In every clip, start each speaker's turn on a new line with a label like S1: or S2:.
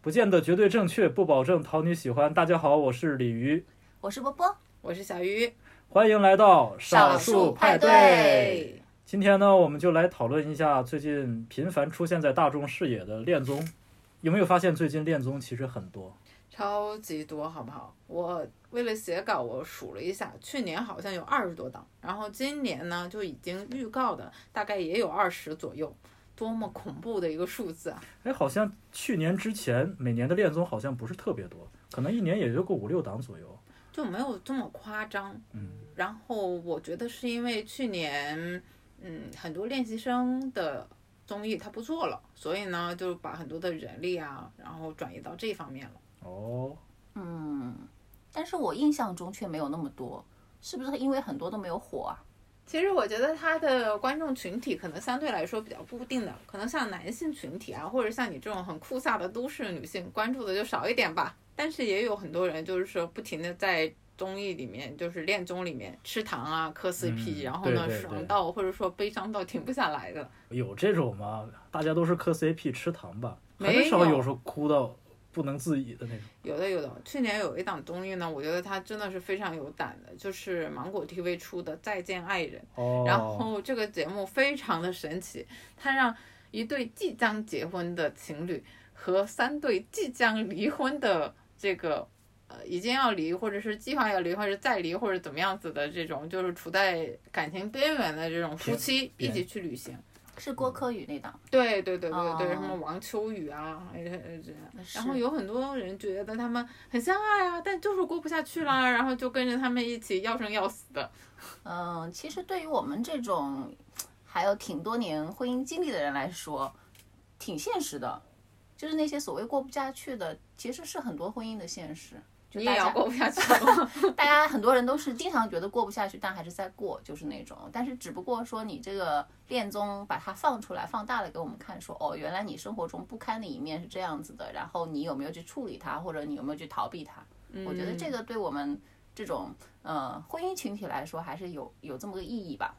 S1: 不见得绝对正确，不保证讨你喜欢。大家好，我是鲤鱼，
S2: 我是波波，
S3: 我是小鱼，
S1: 欢迎来到
S2: 少
S1: 数
S2: 数
S1: 派
S2: 派
S1: 对。
S2: 对。
S1: 今天呢，我们就来讨论一下最近频繁出现在大众视野的恋综。有没有发现最近恋综其实很多？
S3: 超级多，好不好？我为了写稿，我数了一下，去年好像有二十多档，然后今年呢就已经预告的大概也有二十左右，多么恐怖的一个数字啊！
S1: 哎，好像去年之前每年的恋综好像不是特别多，可能一年也就个五六档左右。
S3: 就没有这么夸张。
S1: 嗯，
S3: 然后我觉得是因为去年，嗯，很多练习生的综艺他不做了，所以呢就把很多的人力啊，然后转移到这方面了。
S1: 哦，
S2: 嗯，但是我印象中却没有那么多，是不是因为很多都没有火啊？
S3: 其实我觉得他的观众群体可能相对来说比较固定的，可能像男性群体啊，或者像你这种很酷飒的都市女性，关注的就少一点吧。但是也有很多人就是说不停的在综艺里面，就是恋综里面吃糖啊、磕
S1: 嗯
S3: CP，、然后呢
S1: 对对对
S3: 爽到或者说悲伤到停不下来的。
S1: 有这种吗？大家都是磕 CP 吃糖吧，
S3: 没
S1: 很
S3: 有
S1: 少有时候哭到不能自已的那种。
S3: 有的有的，去年有一档综艺呢，我觉得它真的是非常有胆的，就是芒果 TV 出的《再见爱人》。
S1: 哦，
S3: 然后这个节目非常的神奇，它让一对即将结婚的情侣和三对即将离婚的这个呃已经要离，或者是计划要离，或者是再离，或者怎么样子的这种，就是处在感情边缘的这种夫
S1: 天
S3: 妻一
S1: 边
S3: 起去旅行。
S2: 是郭柯宇那档，
S3: 对对对对对，
S2: 哦
S3: 什么王秋雨啊，呃呃这样。
S2: 是
S3: 然后有很多人觉得他们很相爱啊，但就是过不下去啦，然后就跟着他们一起要生要死的。
S2: 嗯，其实对于我们这种还有挺多年婚姻经历的人来说，挺现实的。就是那些所谓过不下去的，其实是很多婚姻的现实。就
S3: 你
S2: 大
S3: 也要
S2: 家
S3: 过不下去 吗？
S2: 大家很多人都是经常觉得过不下去，但还是在过，就是那种。但是只不过说你这个恋综把它放出来，放大了给我们看说，哦，原来你生活中不堪的一面是这样子的，然后你有没有去处理它，或者你有没有去逃避它？我觉得这个对我们这种呃婚姻群体来说，还是有有这么个意义吧。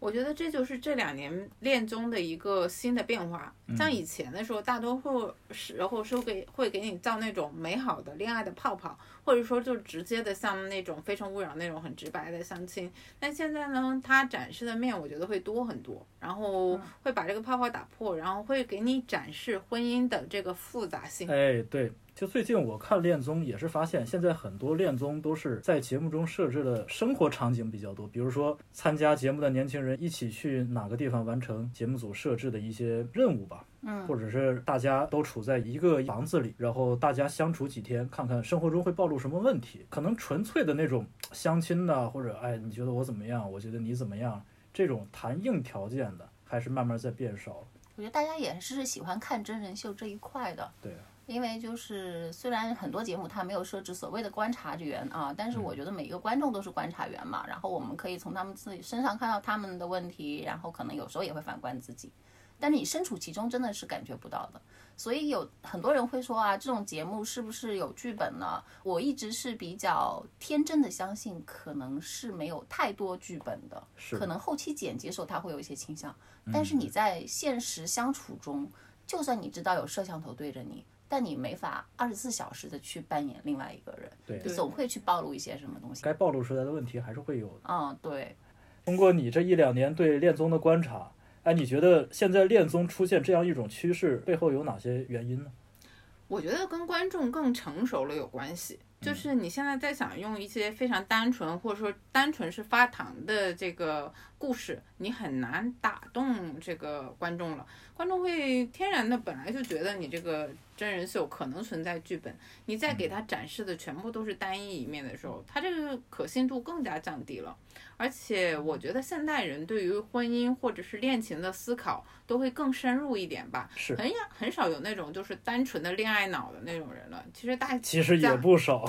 S3: 我觉得这就是这两年恋综的一个新的变化。像以前的时候，大多数时候是给会给你造那种美好的恋爱的泡泡，或者说就直接的像那种《非诚勿扰》那种很直白的相亲。但现在呢，它展示的面我觉得会多很多，然后会把这个泡泡打破，然后会给你展示婚姻的这个复杂性。
S1: 哎，对，就最近我看恋综也是发现，现在很多恋综都是在节目中设置了生活场景比较多，比如说参加节目的年轻人一起去哪个地方完成节目组设置的一些任务吧，
S2: 嗯，
S1: 或者是大家都处在一个房子里，然后大家相处几天，看看生活中会暴露什么问题，可能纯粹的那种相亲呐、或者哎你觉得我怎么样，我觉得你怎么样，这种谈硬条件的还是慢慢在变少了。
S2: 我觉得大家也是喜欢看真人秀这一块的。
S1: 对啊
S2: 因为就是虽然很多节目它没有设置所谓的观察员啊，但是我觉得每一个观众都是观察员嘛，然后我们可以从他们自己身上看到他们的问题，然后可能有时候也会反观自己，但是你身处其中真的是感觉不到的。所以有很多人会说啊，这种节目是不是有剧本呢？我一直是比较天真的相信，可能是没有太多剧本的，
S1: 是
S2: 可能后期剪辑时候它会有一些倾向，但是你在现实相处中，就算你知道有摄像头对着你，但你没法二十四小时的去扮演另外一个人，
S1: 对
S2: 你总会去暴露一些什么东西。
S1: 该暴露出来的问题还是会有的。
S2: 嗯，对，
S1: 通过你这一两年对恋综的观察，哎，你觉得现在恋综出现这样一种趋势背后有哪些原因呢？
S3: 我觉得跟观众更成熟了有关系。就是你现在在想用一些非常单纯，或者说单纯是发糖的这个故事，你很难打动这个观众了。观众会天然的本来就觉得你这个真人秀可能存在剧本，你再给他展示的全部都是单一一面的时候，他这个可信度更加降低了。而且我觉得现代人对于婚姻或者是恋情的思考都会更深入一点吧，
S1: 是
S3: 很呀很少有那种就是单纯的恋爱脑的那种人了。其实大
S1: 其实也
S3: 家
S1: 不少，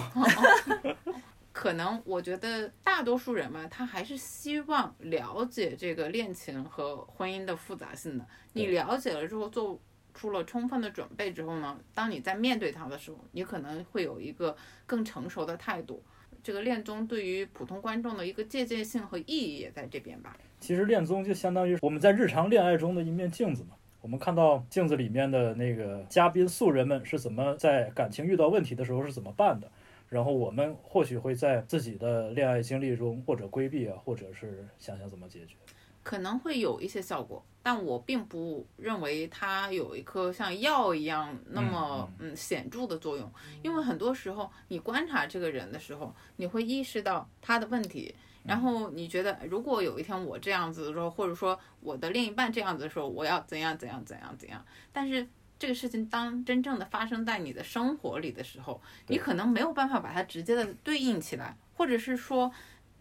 S3: 可能我觉得大多数人嘛，他还是希望了解这个恋情和婚姻的复杂性的。你
S1: 对
S3: 了解了之后，做出了充分的准备之后呢，当你在面对它的时候，你可能会有一个更成熟的态度。这个恋综对于普通观众的一个借鉴性和意义也在这边吧。
S1: 其实恋综就相当于我们在日常恋爱中的一面镜子嘛。我们看到镜子里面的那个嘉宾素人们是怎么在感情遇到问题的时候是怎么办的，然后我们或许会在自己的恋爱经历中或者规避啊，或者是想想怎么解决。
S3: 可能会有一些效果，但我并不认为它有一颗像药一样那么嗯显著的作用，因为很多时候你观察这个人的时候，你会意识到他的问题，然后你觉得如果有一天我这样子的时候，或者说我的另一半这样子的时候，我要怎样怎样怎样怎样，但是。这个事情当真正的发生在你的生活里的时候，你可能没有办法把它直接的对应起来，或者是说，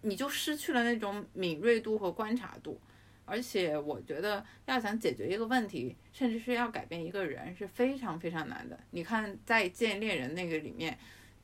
S3: 你就失去了那种敏锐度和观察度。而且我觉得要想解决一个问题，甚至是要改变一个人，是非常非常难的。你看，在《见恋人》那个里面，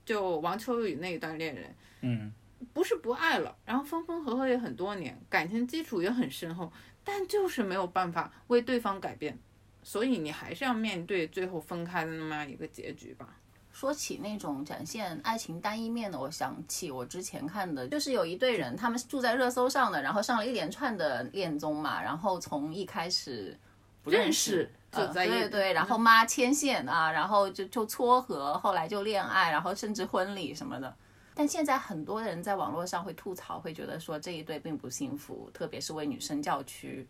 S3: 就王秋雨那一段恋人，
S1: 嗯，
S3: 不是不爱了，然后分分合合也很多年，感情基础也很深厚，但就是没有办法为对方改变，所以你还是要面对最后分开的那么样一个结局吧。
S2: 说起那种展现爱情单一面的，我想起我之前看的，就是有一对人，他们是住在热搜上的，然后上了一连串的恋综嘛，然后从一开始不认识。
S3: 就在一嗯
S2: 呃、对对，然后妈牵线啊，然后就就撮合，后来就恋爱，然后甚至婚礼什么的。但现在很多人在网络上会吐槽，会觉得说这一对并不幸福，特别是为女生教区，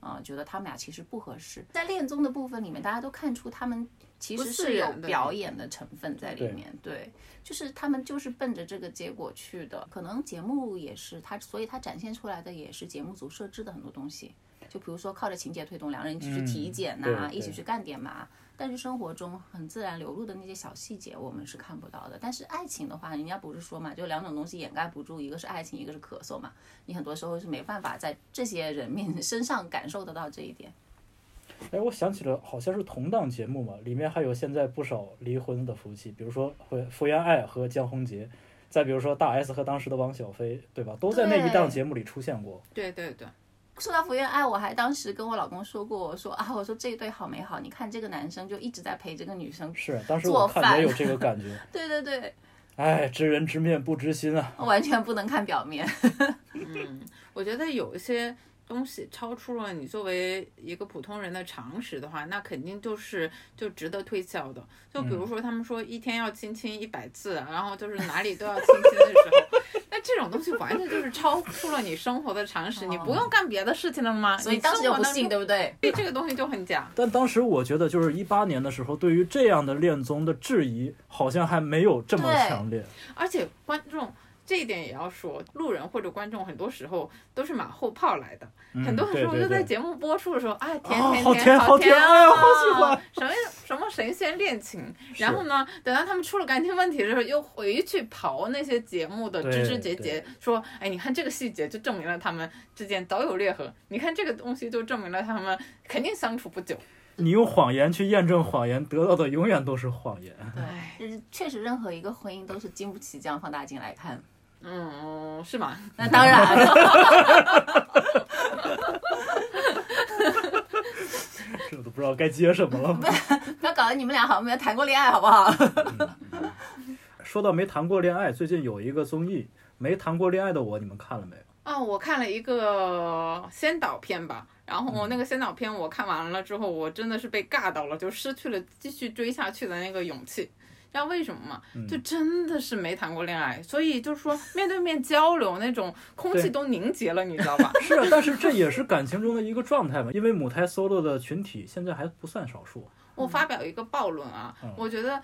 S2: 啊、觉得他们俩其实不合适。在恋综的部分里面，大家都看出他们其
S3: 不
S2: 实
S3: 自
S2: 是有
S3: 然的
S2: 表演的成分在里面，对，就是他们就是奔着这个结果去的。可能节目也是他，所以他展现出来的也是节目组设置的很多东西。就比如说靠着情节推动，两人一起去
S3: 嗯
S2: 体检呐、
S1: 对
S2: 一起
S1: 对
S2: 去干点嘛。但是生活中很自然流露的那些小细节，我们是看不到的。但是爱情的话，人家不是说嘛，就两种东西掩盖不住，一个是爱情，一个是咳嗽嘛。你很多时候是没办法在这些人面 身上感受得到这一点。
S1: 哎，我想起了，好像是同档节目嘛，里面还有现在不少离婚的夫妻，比如说福福原爱和江宏杰，再比如说大 S 和当时的王小飞，对吧？都在那一档
S2: 对
S1: 节目里出现过。
S3: 对对对，
S2: 说到福原爱，我还当时跟我老公说过，我说啊，我说这一对好美好，你看这个男生就一直在陪这个女生。
S1: 是，当时
S2: 做
S1: 我看
S2: 饭
S1: 也有这个感 觉。
S2: 对对对，
S1: 哎，知人知面不知心啊。
S2: 完全不能看表面。
S3: 我觉得有一些东西超出了你作为一个普通人的常识的话，那肯定就是就值得推敲的。就比如
S2: 嗯
S3: 说他们说一天要亲亲一百次，然后就是哪里都要亲亲的时候， 那这种东西完全就是超出了你生活的常识，你不用干别的事情了吗？
S2: 哦所以
S3: 啊你
S2: 当时就
S3: 生活
S2: 不
S3: 当
S2: 信，
S3: 中
S2: 对不对？
S3: 对这个东西就很假。
S1: 但当时我觉得，就是一八年的时候，对于这样的恋综的质疑，好像还没有这么
S2: 对
S1: 强烈。
S3: 而且观众这一点也要说，路人或者观众很多时候都是马后炮来的，
S1: 嗯
S3: 很多时候
S1: 对对
S3: 就在
S1: 对
S3: 节目播出的时候，哎，甜
S1: 啊
S3: 甜
S1: 好
S3: 甜，
S1: 甜好甜
S3: 甜哦
S1: 哎呀好喜欢
S3: 什么什么神仙恋情，然后呢，等到他们出了感情问题的时候，又回去刨那些节目的
S1: 对
S3: 枝枝节节
S1: 对，
S3: 说，哎，你看这个细节就证明了他们之间早有裂痕，你看这个东西就证明了他们肯定相处不久。
S1: 你用谎言去验证谎言，得到的永远都是谎 言。
S3: 唉
S2: 对，就是确实任何一个婚姻都是经不起这样放大镜来看。
S3: 嗯，是吗？
S2: 那当然，
S1: 这我都不知道该接什么了。
S2: 不要搞得你们俩好像没有谈过恋爱，好不好？
S1: 说到没谈过恋爱，最近有一个综艺《没谈过恋爱的我》，你们看了没有？
S3: 啊，我看了一个先导片吧，然后
S1: 嗯
S3: 那个先导片我看完了之后，我真的是被尬到了，就失去了继续追下去的那个勇气。知道为什么吗？
S1: 嗯
S3: 就真的是没谈过恋爱，所以就是说面对面交流那种空气
S1: 对
S3: 都凝结了，你知 道吧？
S1: 是啊，但是这也是感情中的一个状态嘛。因为母胎 solo 的群体现在还不算少数。
S3: 我发表一个暴论啊，
S1: 嗯
S3: 我觉得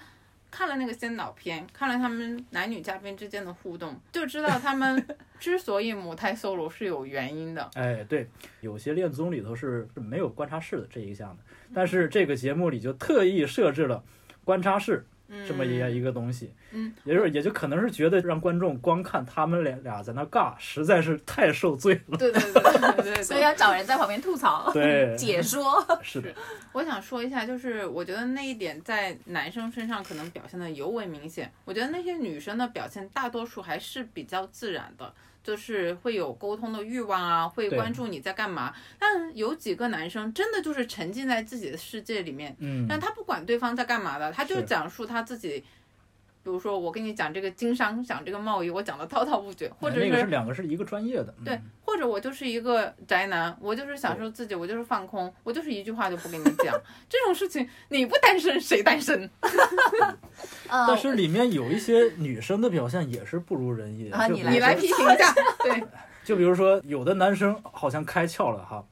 S3: 看了那个先导片，看了他们男女嘉宾之间的互动，就知道他 们之所以母胎 solo 是有原因的。
S1: 哎，对，有些恋综里头是是没有观察室的这一项的，但是这个节目里就特意设置了观察室这么一一个东西。
S3: 嗯，
S1: 也就是也就可能是觉得让观众光看他们俩俩在那尬，实在是太受罪了。
S3: 对对对对对对，
S2: 所以要找人在旁边吐
S3: 哦
S2: 槽、
S1: 对，
S2: 解 说。
S1: 是的，
S3: 我想说一下，就是我觉得那一点在男生身上可能表现的尤为明显。我觉得那些女生的表现大多数还是比较自然的，就是会有沟通的欲望啊，会
S1: 对
S3: 关注你在干嘛。但有几个男生真的就是沉浸在自己的世界里面，
S1: 嗯，
S3: 但他不管对方在干嘛的，他就是讲述他自己比如说我跟你讲这个经商，讲这个贸易，我讲的滔滔不绝，或者
S1: 哎那个是两个是一个专业的，
S3: 对
S1: 嗯，
S3: 或者我就是一个宅男，我就是享受自己，我就是放空，我就是一句话就不跟你讲 这种事情，你不单身谁单身？
S2: 呃，
S1: 但是里面有一些女生的表现也是不如人意。
S2: 啊
S1: 就
S2: 你
S1: 比如
S3: 你来
S1: 说
S3: 批评一下， 对，
S1: 就比如说，有的男生好像开窍了哈，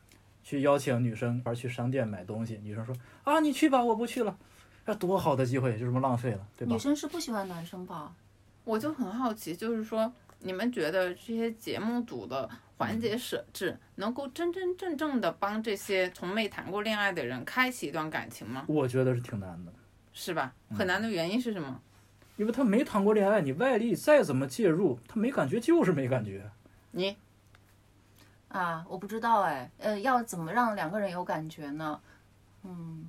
S1: 去邀请女生玩去商店买东西，女生说啊，你去吧，我不去了。那多好的机会，就这么浪费了，对吧
S2: 女？生是不喜欢男生吧？
S3: 我就很好奇，就是说你们觉得这些节目组的环节设置能够真真正正的帮这些从没谈过恋爱的人开启一段感情吗？
S1: 我觉得是挺难的，
S3: 是吧？很难的原因是什么？
S1: 因为他没谈过恋爱，你外力再怎么介入，他没感觉就是没感觉。
S3: 你
S2: 啊，我不知道哎，呃，要怎么让两个人有感觉呢？嗯，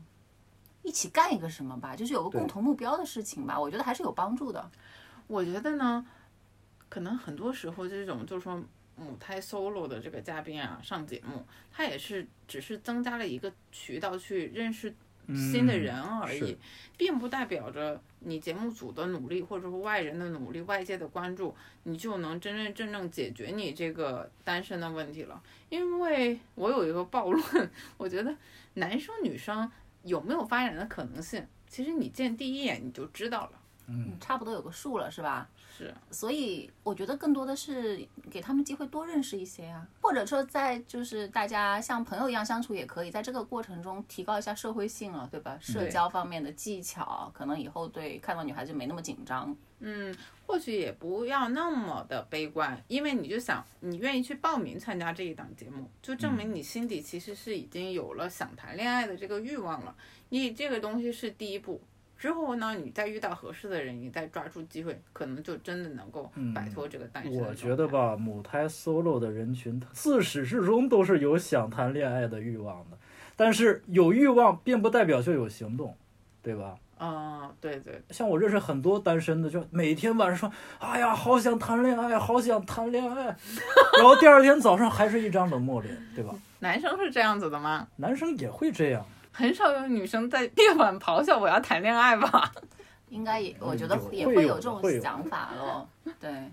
S2: 一起干一个什么吧，就是有个
S1: 对
S2: 共同目标的事情吧，我觉得还是有帮助的。
S3: 我觉得呢，可能很多时候这种就是说母胎 solo 的这个嘉宾啊上节目，他也是只是增加了一个渠道去认识
S1: 嗯、
S3: 新的人而
S1: 是
S3: 已，并不代表着你节目组的努力，或者说外人的努力、外界的关注，你就能真真正正解决你这个单身的问题了。因为我有一个暴论，我觉得男生女生有没有发展的可能性，其实你见第一眼你就知道了。
S1: 嗯，
S2: 嗯，差不多有个数了，是吧？
S3: 是，
S2: 所以我觉得更多的是给他们机会多认识一些啊，或者说在就是大家像朋友一样相处也可以，在这个过程中提高一下社会性了，对吧？社
S3: 对
S2: 交方面的技巧，可能以后对看到女孩就没那么紧张。
S3: 嗯，或许也不要那么的悲观，因为你就想，你愿意去报名参加这一档节目，就证
S1: 嗯
S3: 明你心底其实是已经有了想谈恋爱的这个欲望了。你这个东西是第一步，之后呢，你再遇到合适的人，你再抓住机会，可能就真的能够摆脱这个单身的状
S1: 嗯我
S3: 态。
S1: 觉得吧，母胎 solo 的人群他自始至终都是有想谈恋爱的欲望的，但是有欲望并不代表就有行动，对吧？
S3: 嗯，对对，
S1: 像我认识很多单身的，就每天晚上说，哎呀，好想谈恋爱，好想谈恋爱，然后第二天早上还是一张冷漠脸，对吧？
S3: 男生是这样子的吗？
S1: 男生也会这样，
S3: 很少有女生在夜晚咆哮我要谈恋爱 吧？
S2: 应该也，
S1: 嗯
S2: 我觉得
S1: 有
S2: 也
S1: 会
S2: 会
S1: 有
S2: 有这种
S1: 会有
S2: 想法 咯。对，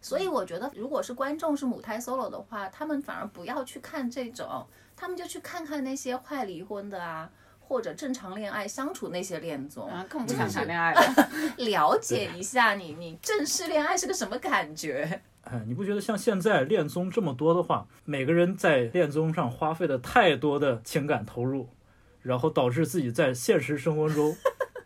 S2: 所以我觉得，如果是观众是母胎 solo 的话，他们反而不要去看这种，他们就去看看那些快离婚的啊，或者正常恋爱相处那些恋综，
S3: 啊，更不
S1: 真
S3: 想
S1: 是
S3: 谈恋爱了。
S2: 了解一下你你正式恋爱是个什么感觉。
S1: 哎，你不觉得像现在恋综这么多的话，每个人在恋综上花费了太多的情感投入，然后导致自己在现实生活中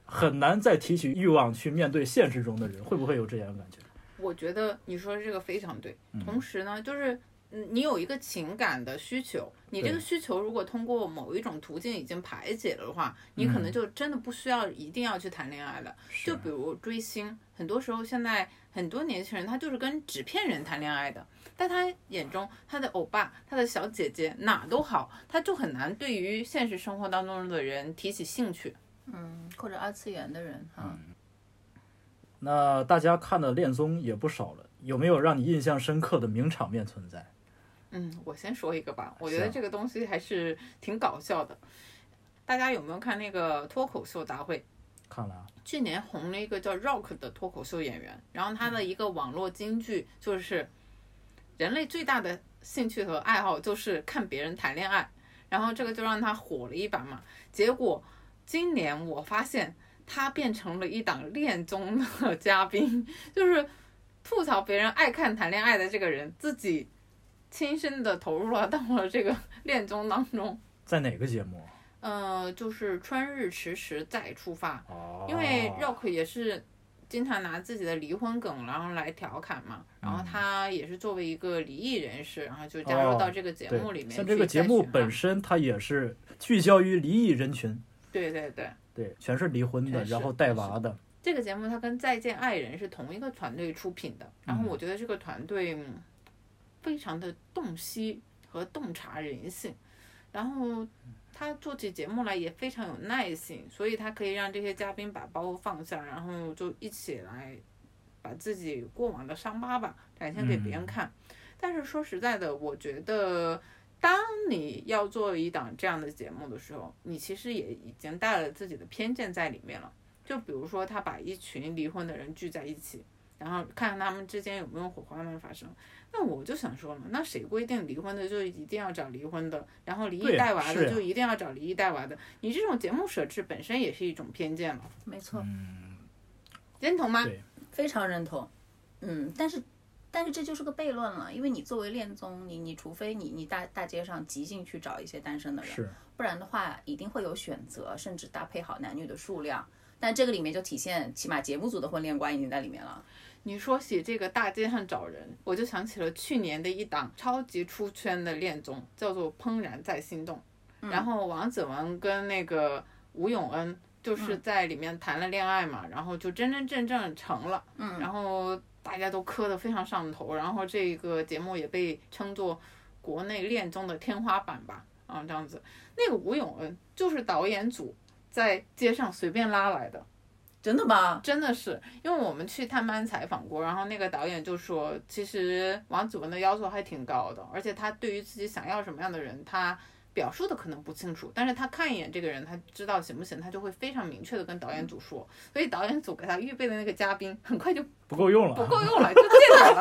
S1: 很难再提起欲望去面对现实中的人，会不会有这样的感觉？
S3: 我觉得你说的这个非常对。
S1: 嗯
S3: 同时呢，就是嗯，你有一个情感的需求，你这
S1: 对
S3: 个需求如果通过某一种途径已经排解了的话，你可能就真的不需要一定要去谈恋爱了。
S1: 嗯是啊
S3: 就比如追星，很多时候现在很多年轻人他就是跟纸片人谈恋爱的，在他眼中，他的欧巴、他的小姐姐哪都好，他就很难对于现实生活当中的人提起兴趣。
S2: 嗯，或者二次元的人哈、
S1: 那大家看的恋综也不少了，有没有让你印象深刻的名场面存在？
S3: 嗯，我先说一个吧，我觉
S1: 是啊
S3: 得这个东西还是挺搞笑的。大家有没有看那个脱口秀大会？
S1: 看了啊，
S3: 去年红了一个叫 Rock 的脱口秀演员，然后他的一个网络金句就是：“人类最大的兴趣和爱好就是看别人谈恋爱。”然后这个就让他火了一把嘛。结果今年我发现他变成了一档恋综的嘉宾， 就是吐槽别人爱看谈恋爱的这个人，自己亲身的投入了到了这个恋综当中。
S1: 在哪个节目？
S3: 呃，就是春日迟迟再出发，
S1: 哦，
S3: 因为 Rock 也是经常拿自己的离婚梗，然后来调侃嘛。然
S1: 嗯
S3: 后他也是作为一个离异人士，然后就加入到这个节
S1: 哦对
S3: 目里面去、啊
S1: 像这个节目本
S3: 身，
S1: 身它也是聚焦于离异人群，
S3: 对对对，
S1: 对，全是离婚的，
S3: 全是
S1: 然后带娃的，
S3: 这个节目它跟《再见爱人》是同一个团队出品的。然后我觉得这个团队嗯非常的洞悉和洞察人性，然后他做起节目来也非常有耐心，所以他可以让这些嘉宾把包放下，然后就一起来把自己过往的伤疤吧展现给别人看。但是说实在的，我觉得。当你要做一档这样的节目的时候，你其实也已经带了自己的偏见在里面了。就比如说，他把一群离婚的人聚在一起，然后看看他们之间有没有火花慢发生。那我就想说了，那谁规定离婚的就一定要找离婚的，然后离
S1: 对
S3: 异
S1: 呀
S3: 带娃
S1: 是
S3: 的
S1: 呀
S3: 就一定要找离异带娃的？你这种节目设置本身也是一种偏见了，
S2: 没错，
S3: 认同吗？
S1: 对
S2: 非常认同。嗯，但是但是这就是个悖论了，因为你作为恋综，你你除非你你大大街上即兴去找一些单身的人，
S1: 是
S2: 不然的话一定会有选择，甚至搭配好男女的数量。但这个里面就体现，起码节目组的婚恋观已经在里面了。
S3: 你说起这个大街上找人，我就想起了去年的一档超级出圈的恋综，叫做《怦然再心动》，然后王子文跟那个吴永恩就是在里面谈了恋爱嘛，然后就真真正正成了，嗯，然后大家都磕得非常上头，然后这个节目也被称作国内恋综的天花板吧，啊，这样子，那个吴永恩就是导演组在街上随便拉来的。
S2: 真的吗？
S3: 真的是，因为我们去探班采访过，然后那个导演就说，其实王子文的要求还挺高的，而且他对于自己想要什么样的人，他表述的可能不清楚，但是他看一眼这个人，他知道行不行，他就会非常明确的跟导演组说，所以导演组给他预备的那个嘉宾很快就
S1: 不够用了，啊
S3: 不够用了，就见底了，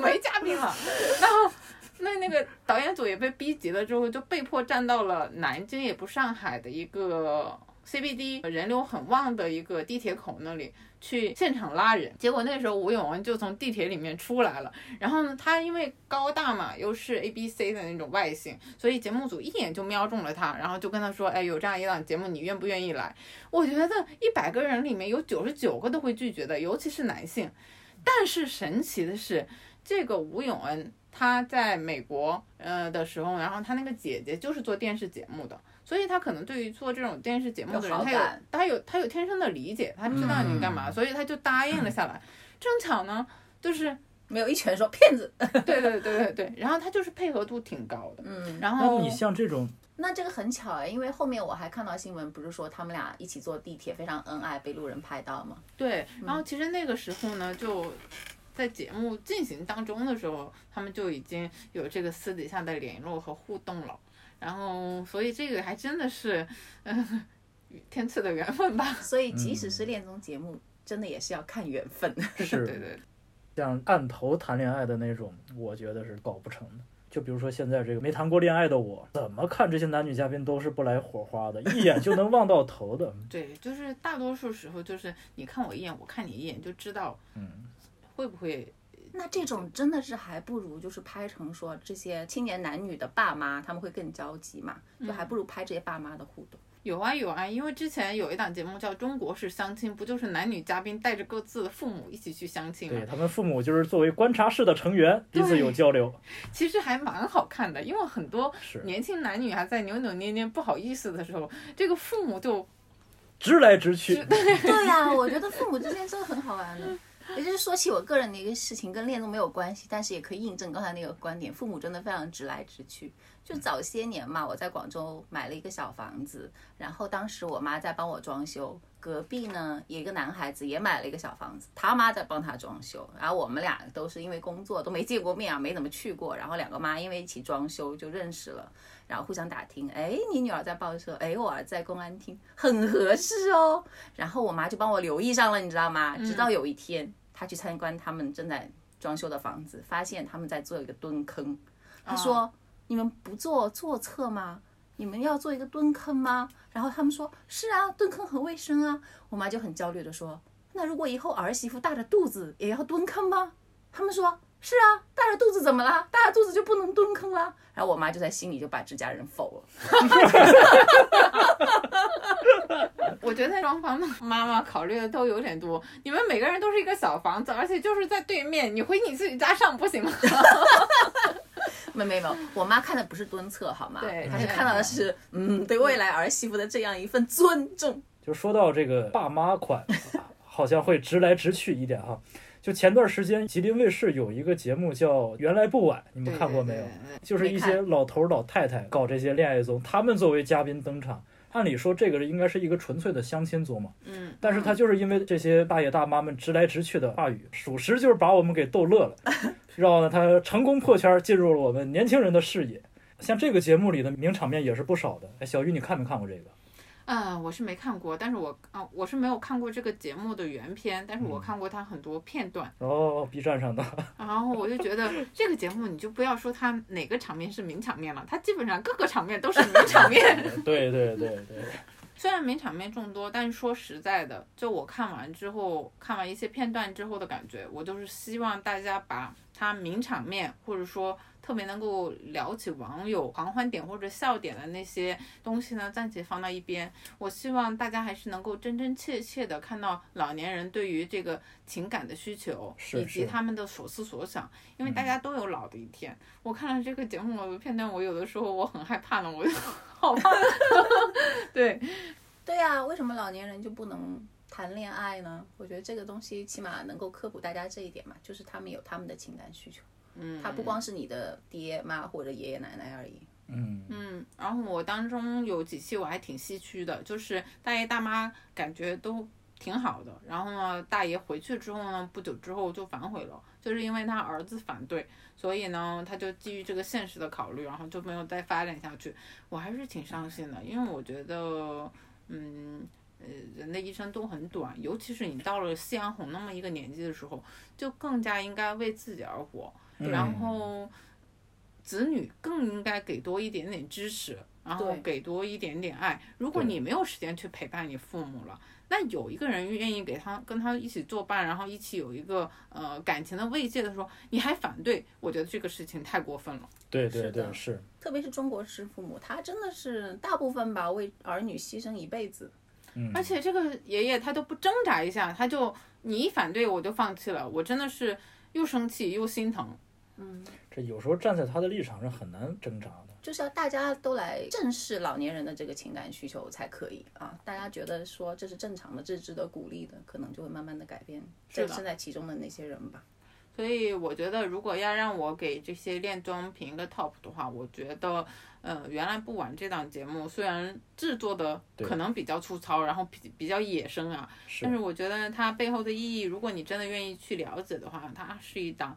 S3: 没嘉宾了。 然后那那个导演组也被逼急了之后，就被迫站到了南京也不上海的一个 CBD 人流很旺的一个地铁口那里去现场拉人。结果那时候吴永恩就从地铁里面出来了，然后呢，他因为高大嘛，又是 A B C 的那种外形，所以节目组一眼就瞄中了他，然后就跟他说：“哎，有这样一档节目，你愿不愿意来？”我觉得一百个人里面有九十九个都会拒绝的，尤其是男性。但是神奇的是，这个吴永恩他在美国呃的时候，然后他那个姐姐就是做电视节目的，所以他可能对于做这种电视节目的
S2: 有
S3: 人，
S2: 好
S3: 他有
S2: 感
S3: 他有他有天生的理解，他知道你干嘛，所以他就答应了下来。正巧呢，就是
S2: 没有一拳说骗子。
S3: 对对对对对，然后他就是配合度挺高的，
S2: 嗯，
S3: 然
S1: 那
S3: 后
S1: 你像这种
S2: 那这个很巧哎，因为后面我还看到新闻，不是说他们俩一起坐地铁非常恩爱，被路人拍到吗？
S3: 对，
S1: 嗯
S3: 然后其实那个时候呢，就在节目进行当中的时候，他们就已经有这个私底下的联络和互动了。然后，所以这个还真的是，嗯，天赐的缘分吧。
S2: 所以即使是恋综节目，真的也是要看缘分。
S1: 是
S3: 对对，
S1: 像按头谈恋爱的那种，我觉得是搞不成的。就比如说现在这个没谈过恋爱的我，怎么看这些男女嘉宾都是不来火花的，一眼就能望到头 的。
S3: 对，就是大多数时候就是你看我一眼，我看你一眼，就知道，
S1: 嗯，
S3: 会不会
S2: 那这种真的是还不如就是拍成说这些青年男女的爸妈，他们会更焦急嘛，就还不如拍这些爸妈的互动。
S3: 有啊有啊，因为之前有一档节目叫《中国式相亲》，不就是男女嘉宾带着各自的父母一起去相亲吗
S1: 对？他们父母就是作为观察室的成员，彼此有交流。
S3: 其实还蛮好看的，因为很多
S1: 是
S3: 年轻男女还在扭扭捏捏、不好意思的时候，这个父母就
S1: 直来直去，
S2: 对呀、我觉得父母之间真的很好玩的。也就是说起我个人的一个事情，跟恋综没有关系，但是也可以印证刚才那个观点，父母真的非常直来直去。就早些年嘛，我在广州买了一个小房子，然后当时我妈在帮我装修，隔壁呢有一个男孩子也买了一个小房子，他妈在帮他装修，然后我们俩都是因为工作都没见过面啊，没怎么去过，然后两个妈因为一起装修就认识了，然后互相打听，哎，你女儿在报社，哎，我儿子在公安厅，很合适哦。然后我妈就帮我留意上了，你知道吗？直到有一天，她去参观他们正在装修的房子，发现他们在做一个蹲坑。她说：“你们不做坐厕吗？你们要做一个蹲坑吗？”然后他们说：“是啊，蹲坑很卫生啊。”我妈就很焦虑的说：“那如果以后儿媳妇大着肚子也要蹲坑吗？”他们说：“是啊，大着肚子怎么啦？大着肚子就不能蹲坑啦。”然后我妈就在心里就把这家人否了。
S3: 我觉得双方的妈妈考虑的都有点多。你们每个人都是一个小房子，而且就是在对面，你回你自己家上不行吗？
S2: 没没没有，我妈看的不是蹲测好吗？
S3: 对
S2: 她 是
S3: 对
S2: 看到的是，嗯，对未来儿媳妇的这样一份尊重。
S1: 就说到这个爸妈款， 好像会直来直去一点哈。就前段时间，吉林卫视有一个节目叫《原来不晚》，你们看过没有？
S3: 对？对对对
S1: 就是一
S2: 没
S1: 些老头儿老太太搞这些恋爱综，他们作为嘉宾登场。按理说，这个应该是一个纯粹的相亲综嘛，
S3: 嗯，
S1: 但是他就是因为这些大爷大妈们直来直去的话语，属实就是把我们给逗 乐了，让他成功破圈，进入了我们年轻人的视野。像这个节目里的名场面也是不少的。哎，小鱼，你看没看过这个？
S3: 嗯、我是没看过，但是我啊，我是没有看过这个节目的原片，但是
S1: 嗯
S3: 我看过它很多片段，
S1: 哦，B 站上的，
S3: 然后我就觉得 这个节目你就不要说它哪个场面是名场面了，它基本上各个场面都是名场面。
S1: 对对对对，
S3: 虽然名场面众多，但是说实在的，就我看完之后，看完一些片段之后的感觉，我就是希望大家把它名场面，或者说特别能够撩起网友狂欢点或者笑点的那些东西呢，暂且放到一边。我希望大家还是能够真真切切的看到老年人对于这个情感的需求，
S1: 是
S3: 以及
S1: 是嗯
S3: 他们的所思所想，因为大家都有老的一天。我看了这个节目的片段，我有的时候我很害怕呢，我就好怕，对。
S2: 对呀、为什么老年人就不能谈恋爱呢？我觉得这个东西起码能够科普大家这一点嘛，就是他们有他们的情感需求，嗯，他不光是你的爹妈或者爷爷奶奶而已。
S1: 嗯，
S3: 嗯，然后我当中有几期我还挺唏嘘的，就是大爷大妈感觉都挺好的，然后呢，大爷回去之后呢，不久之后就反悔了，就是因为他儿子反对，所以呢，他就基于这个现实的考虑，然后就没有再发展下去。我还是挺伤心的，因为我觉得，嗯。呃，人的一生都很短，尤其是你到了夕阳红那么一个年纪的时候，就更加应该为自己而活。
S1: 嗯
S3: 然后子女更应该给多一点点支持，然后
S2: 对
S3: 给多一点点爱。如果
S1: 对
S3: 你没有时间去陪伴你父母了，那有一个人愿意给他跟他一起作伴，然后一起有一个呃感情的慰藉的时候，你还反对，我觉得这个事情太过分了。
S1: 对对
S2: 是
S1: 对
S2: 的
S1: 是，
S2: 特别是中国式父母，他真的是大部分吧为儿女牺牲一辈子。
S1: 嗯，
S3: 而且这个爷爷他都不挣扎一下，他就你一反对我就放弃了，我真的是又生气又心疼。
S2: 嗯，
S1: 这有时候站在他的立场上很难挣扎的，
S2: 就是要大家都来正视老年人的这个情感需求才可以啊！大家觉得说这是正常的，这是值得鼓励的，可能就会慢慢的改变
S3: 是
S2: 在
S3: 的
S2: 身在其中的那些人吧。
S3: 所以我觉得，如果要让我给这些恋综评个 top 的话，我觉得，呃，原来不玩这档节目，虽然制作的
S1: 对
S3: 可能比较粗糙，然后比比较野生啊，
S1: 是
S3: 但是我觉得它背后的意义，如果你真的愿意去了解的话，它是一档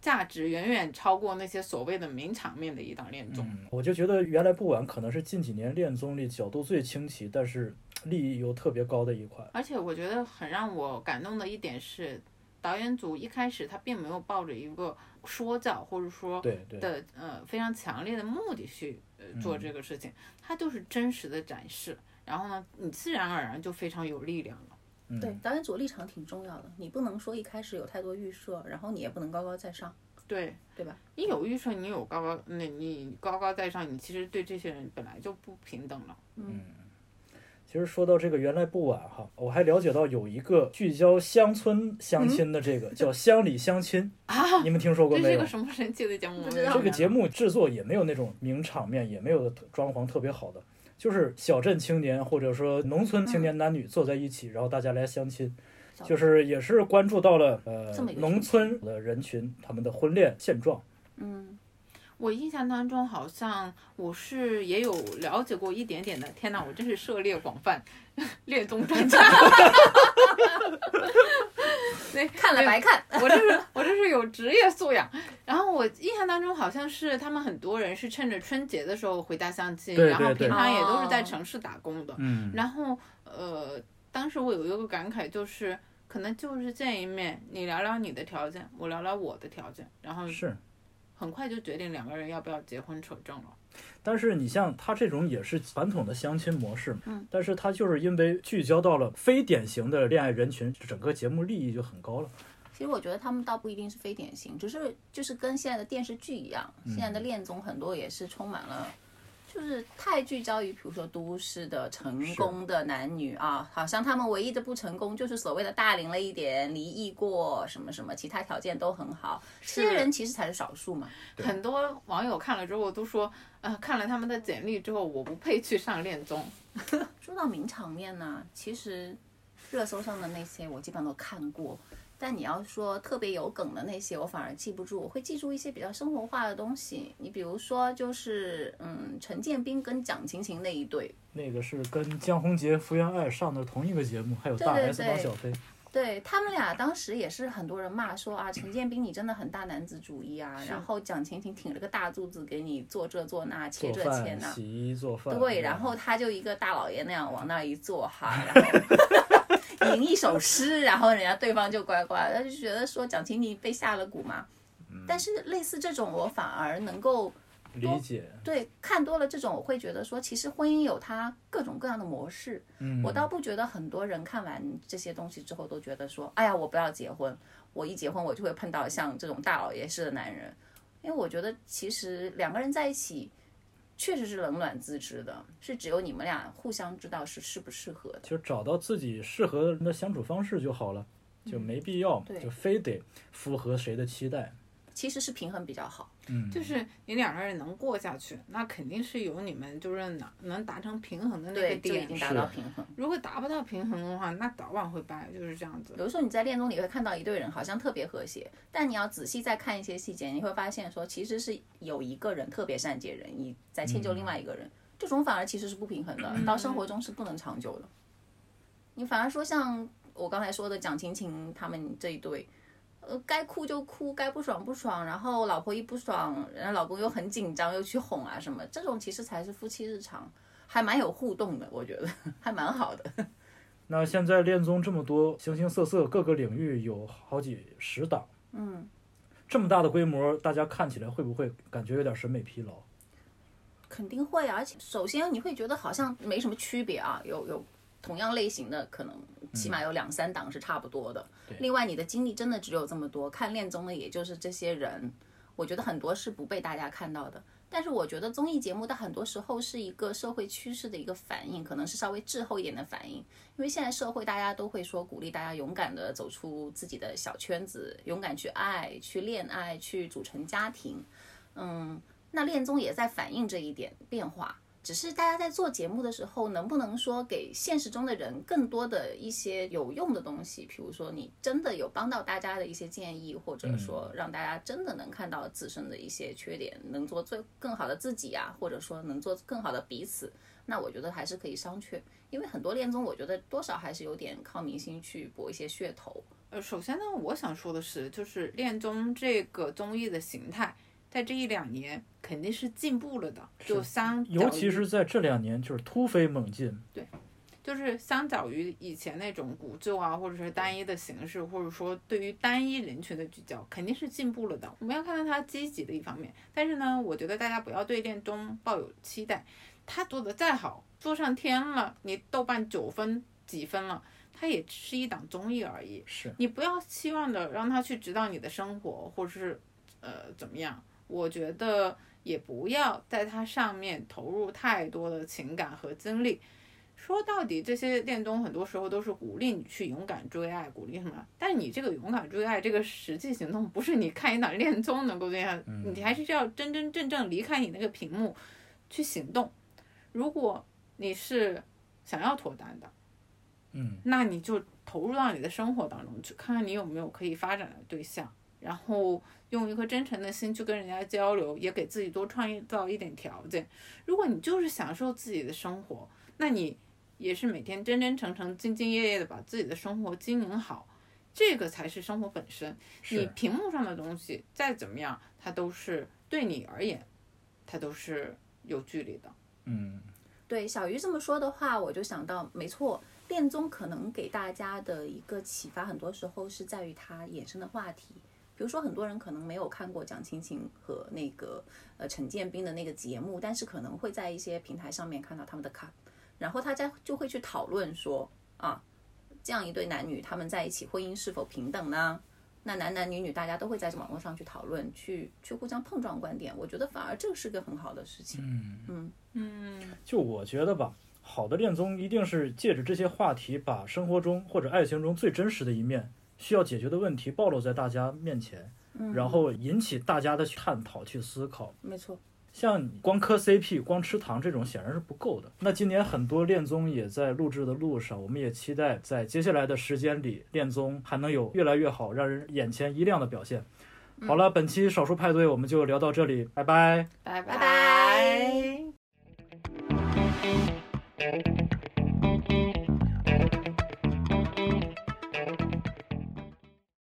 S3: 价值远远超过那些所谓的名场面的一档恋综。
S1: 嗯，我就觉得原来不晚可能是近几年恋综里角度最清奇，但是利益又特别高的一款。
S3: 而且我觉得很让我感动的一点是，导演组一开始他并没有抱着一个说教或者说
S1: 对嗯对，
S3: 的呃非常强烈的目的去呃做这个事情，它就是真实的展示，然后呢，你自然而然就非常有力量了。
S1: 嗯
S2: 对，导演组立场挺重要的，你不能说一开始有太多预设，然后你也不能高高在上。
S3: 对，
S2: 对吧？
S3: 你有预设，你有高高，那你高高在上，你其实对这些人本来就不平等了。
S1: 其实说到这个原来不晚哈，我还了解到有一个聚焦乡村相亲的这个、叫乡里相亲啊，你们听说过
S3: 嗯这
S1: 没
S3: 是
S1: 有
S3: 个？什么神奇的节目？
S2: 不知道
S1: 这个节目制作也没有那种名场面，也没有装潢特别好的，就是小镇青年或者说农村青年男女坐在一起，然后大家来相亲，
S2: 嗯小
S1: 就是也是关注到了呃
S2: 这么一个
S1: 农
S2: 群体
S1: 村的人群他们的婚恋现状。
S2: 嗯，
S3: 我印象当中好像我是也有了解过一点点的。天哪，我真是涉猎广泛， 恋综专家。对，
S2: 看了白看。
S3: 我这是我这是有职业素养。然后我印象当中好像是他们很多人是趁着春节的时候回家相亲，
S1: 对
S3: 然后
S1: 对对
S3: 平常也都是在城市打工的。
S1: 嗯，
S3: 然后呃，当时我有一个感慨就是。可能就是见一面，你聊聊你的条件，我聊聊我的条件，然后
S1: 是。
S3: 很快就决定两个人要不要结婚扯证了。
S1: 但是你像他这种也是传统的相亲模式，
S2: 嗯，
S1: 但是他就是因为聚焦到了非典型的恋爱人群，整个节目利益就很高了。
S2: 其实我觉得他们倒不一定是非典型，只是就是跟现在的电视剧一样，现在的恋综很多也是充满了，就是太聚焦于比如说都市的成功的男女啊，好像他们唯一的不成功就是所谓的大龄了一点，离异过什么什么，其他条件都很好，这些人其实才是少数嘛。
S3: 很多网友看了之后都说，呃，看了他们的简历之后，我不配去上恋综。
S2: 说到名场面呢，其实热搜上的那些我基本上都看过，但你要说特别有梗的那些，我反而记不住，我会记住一些比较生活化的东西。你比如说，就是嗯，陈建斌跟蒋勤勤那一对，
S1: 那个是跟江宏杰、福原爱上的同一个节目，还有
S2: 对
S1: 大
S2: 对
S1: S 帮
S2: 对
S1: 小飞，
S2: 对他们俩当时也是很多人骂说啊，陈建斌你真的很大男子主义啊，
S3: 是
S2: 然后蒋勤勤挺着个大肚子给你做这做那，切
S1: 做
S2: 这切
S1: 饭、
S2: 那。
S1: 洗衣做饭，
S2: 对，然后他就一个大老爷那样往那儿一坐哈，然后 吟一首诗，然后人家对方就乖乖，他就觉得说蒋勤勤被下了蛊嘛。但是类似这种，我反而能够
S1: 理解，
S2: 对看多了这种，我会觉得说，其实婚姻有它各种各样的模式。
S1: 嗯，
S2: 我倒不觉得很多人看完这些东西之后都觉得说，哎呀，我不要结婚，我一结婚我就会碰到像这种大老爷式的男人，因为我觉得其实两个人在一起。确实是冷暖自知的，是只有你们俩互相知道是适不适合的。
S1: 就找到自己适合人的相处方式就好了，就没必要
S2: 嗯对
S1: 就非得符合谁的期待，
S2: 其实是平衡比较好。
S1: 嗯，
S3: 就是你两个人能过下去，那肯定是有你们就是能能达成平衡的那个
S2: 对，就已
S3: 点
S2: 经。
S1: 是
S2: 达到平衡。
S3: 如果达不到平衡的话，那早晚会掰，就是这样子。
S2: 有的时候你在恋综里会看到一对人好像特别和谐，但你要仔细再看一些细节，你会发现说其实是有一个人特别善解人意，在迁就另外一个人，这种反而其实是不平衡的，到生活中是不能长久的。你反而说像我刚才说的蒋勤勤他们这一对。呃，该哭就哭，该不爽不爽，然后老婆一不爽，然后老公又很紧张，又去哄啊什么，这种其实才是夫妻日常，还蛮有互动的，我觉得还蛮好的。
S1: 那现在恋综这么多，形形色色，各个领域有好几十档，
S2: 嗯，
S1: 这么大的规模，大家看起来会不会感觉有点审美疲劳？
S2: 肯定会啊，而且首先你会觉得好像没什么区别啊，有有同样类型的，可能起码有两三档是差不多的。
S1: 对
S2: 另外，你的精力真的只有这么多，看恋综的也就是这些人，我觉得很多是不被大家看到的。但是我觉得综艺节目它很多时候是一个社会趋势的一个反应，可能是稍微滞后一点的反应，因为现在社会大家都会说鼓励大家勇敢的走出自己的小圈子，勇敢去爱、去恋爱、去组成家庭，嗯。那恋综也在反映这一点变化，只是大家在做节目的时候，能不能说给现实中的人更多的一些有用的东西？比如说，你真的有帮到大家的一些建议，或者说让大家真的能看到自身的一些缺点，能做最更好的自己啊，或者说能做更好的彼此。那我觉得还是可以商榷，因为很多恋综，我觉得多少还是有点靠明星去博一些噱头。
S3: 呃，首先呢，我想说的是，就是恋综这个综艺的形态，在这一两年肯定是进步了的，就是相
S1: 尤
S3: 较
S1: 其
S3: 于
S1: 是在这两年，就是突飞猛进，
S3: 就是相较于以前那种古旧啊，或者是单一的形式，或者说对于单一人群的聚焦，肯定是进步了的。我们要看到它积极的一方面，但是呢，我觉得大家不要对恋综抱有期待，它做的再好，做上天了，你豆瓣九分几分了，它也只是一档综艺而已。
S1: 是
S3: 你不要期望着让他去指导你的生活，或者是呃怎么样。我觉得也不要在它上面投入太多的情感和精力。说到底，这些恋综很多时候都是鼓励你去勇敢追爱，鼓励什么？但你这个勇敢追爱，这个实际行动不是你看一档恋综能够这样， 你还是要真真正正离开你那个屏幕去行动。如果你是想要脱单的，
S1: 嗯，
S3: 那你就投入到你的生活当中去，看看你有没有可以发展的对象，然后用一颗真诚的心去跟人家交流，也给自己多创造一点条件。如果你就是享受自己的生活，那你也是每天真真诚诚、兢兢业业的把自己的生活经营好，这个才是生活本身。你
S1: 是
S3: 屏幕上的东西再怎么样，它都是对你而言，它都是有距离的。
S1: 嗯，
S2: 对小鱼这么说的话，我就想到，没错，恋综可能给大家的一个启发，很多时候是在于它衍生的话题。比如说，很多人可能没有看过蒋勤勤和那个呃陈建斌的那个节目，但是可能会在一些平台上面看到他们的 cut，然后大家就会去讨论说啊，这样一对男女他们在一起婚姻是否平等呢？那男男女女大家都会在网络上去讨论，去去互相碰撞观点，我觉得反而这是个很好的事情。嗯
S1: 就我觉得吧，好的恋综一定是借着这些话题，把生活中或者爱情中最真实的一面，需要解决的问题暴露在大家面前，然后引起大家的去探讨、去思考。
S2: 没错，
S1: 像你光磕 CP、光吃糖这种显然是不够的。那今年很多恋综也在录制的路上，我们也期待在接下来的时间里，恋综还能有越来越好、让人眼前一亮的表现。好了，本期少数派对我们就聊到这里，拜拜。
S3: 拜
S2: 拜拜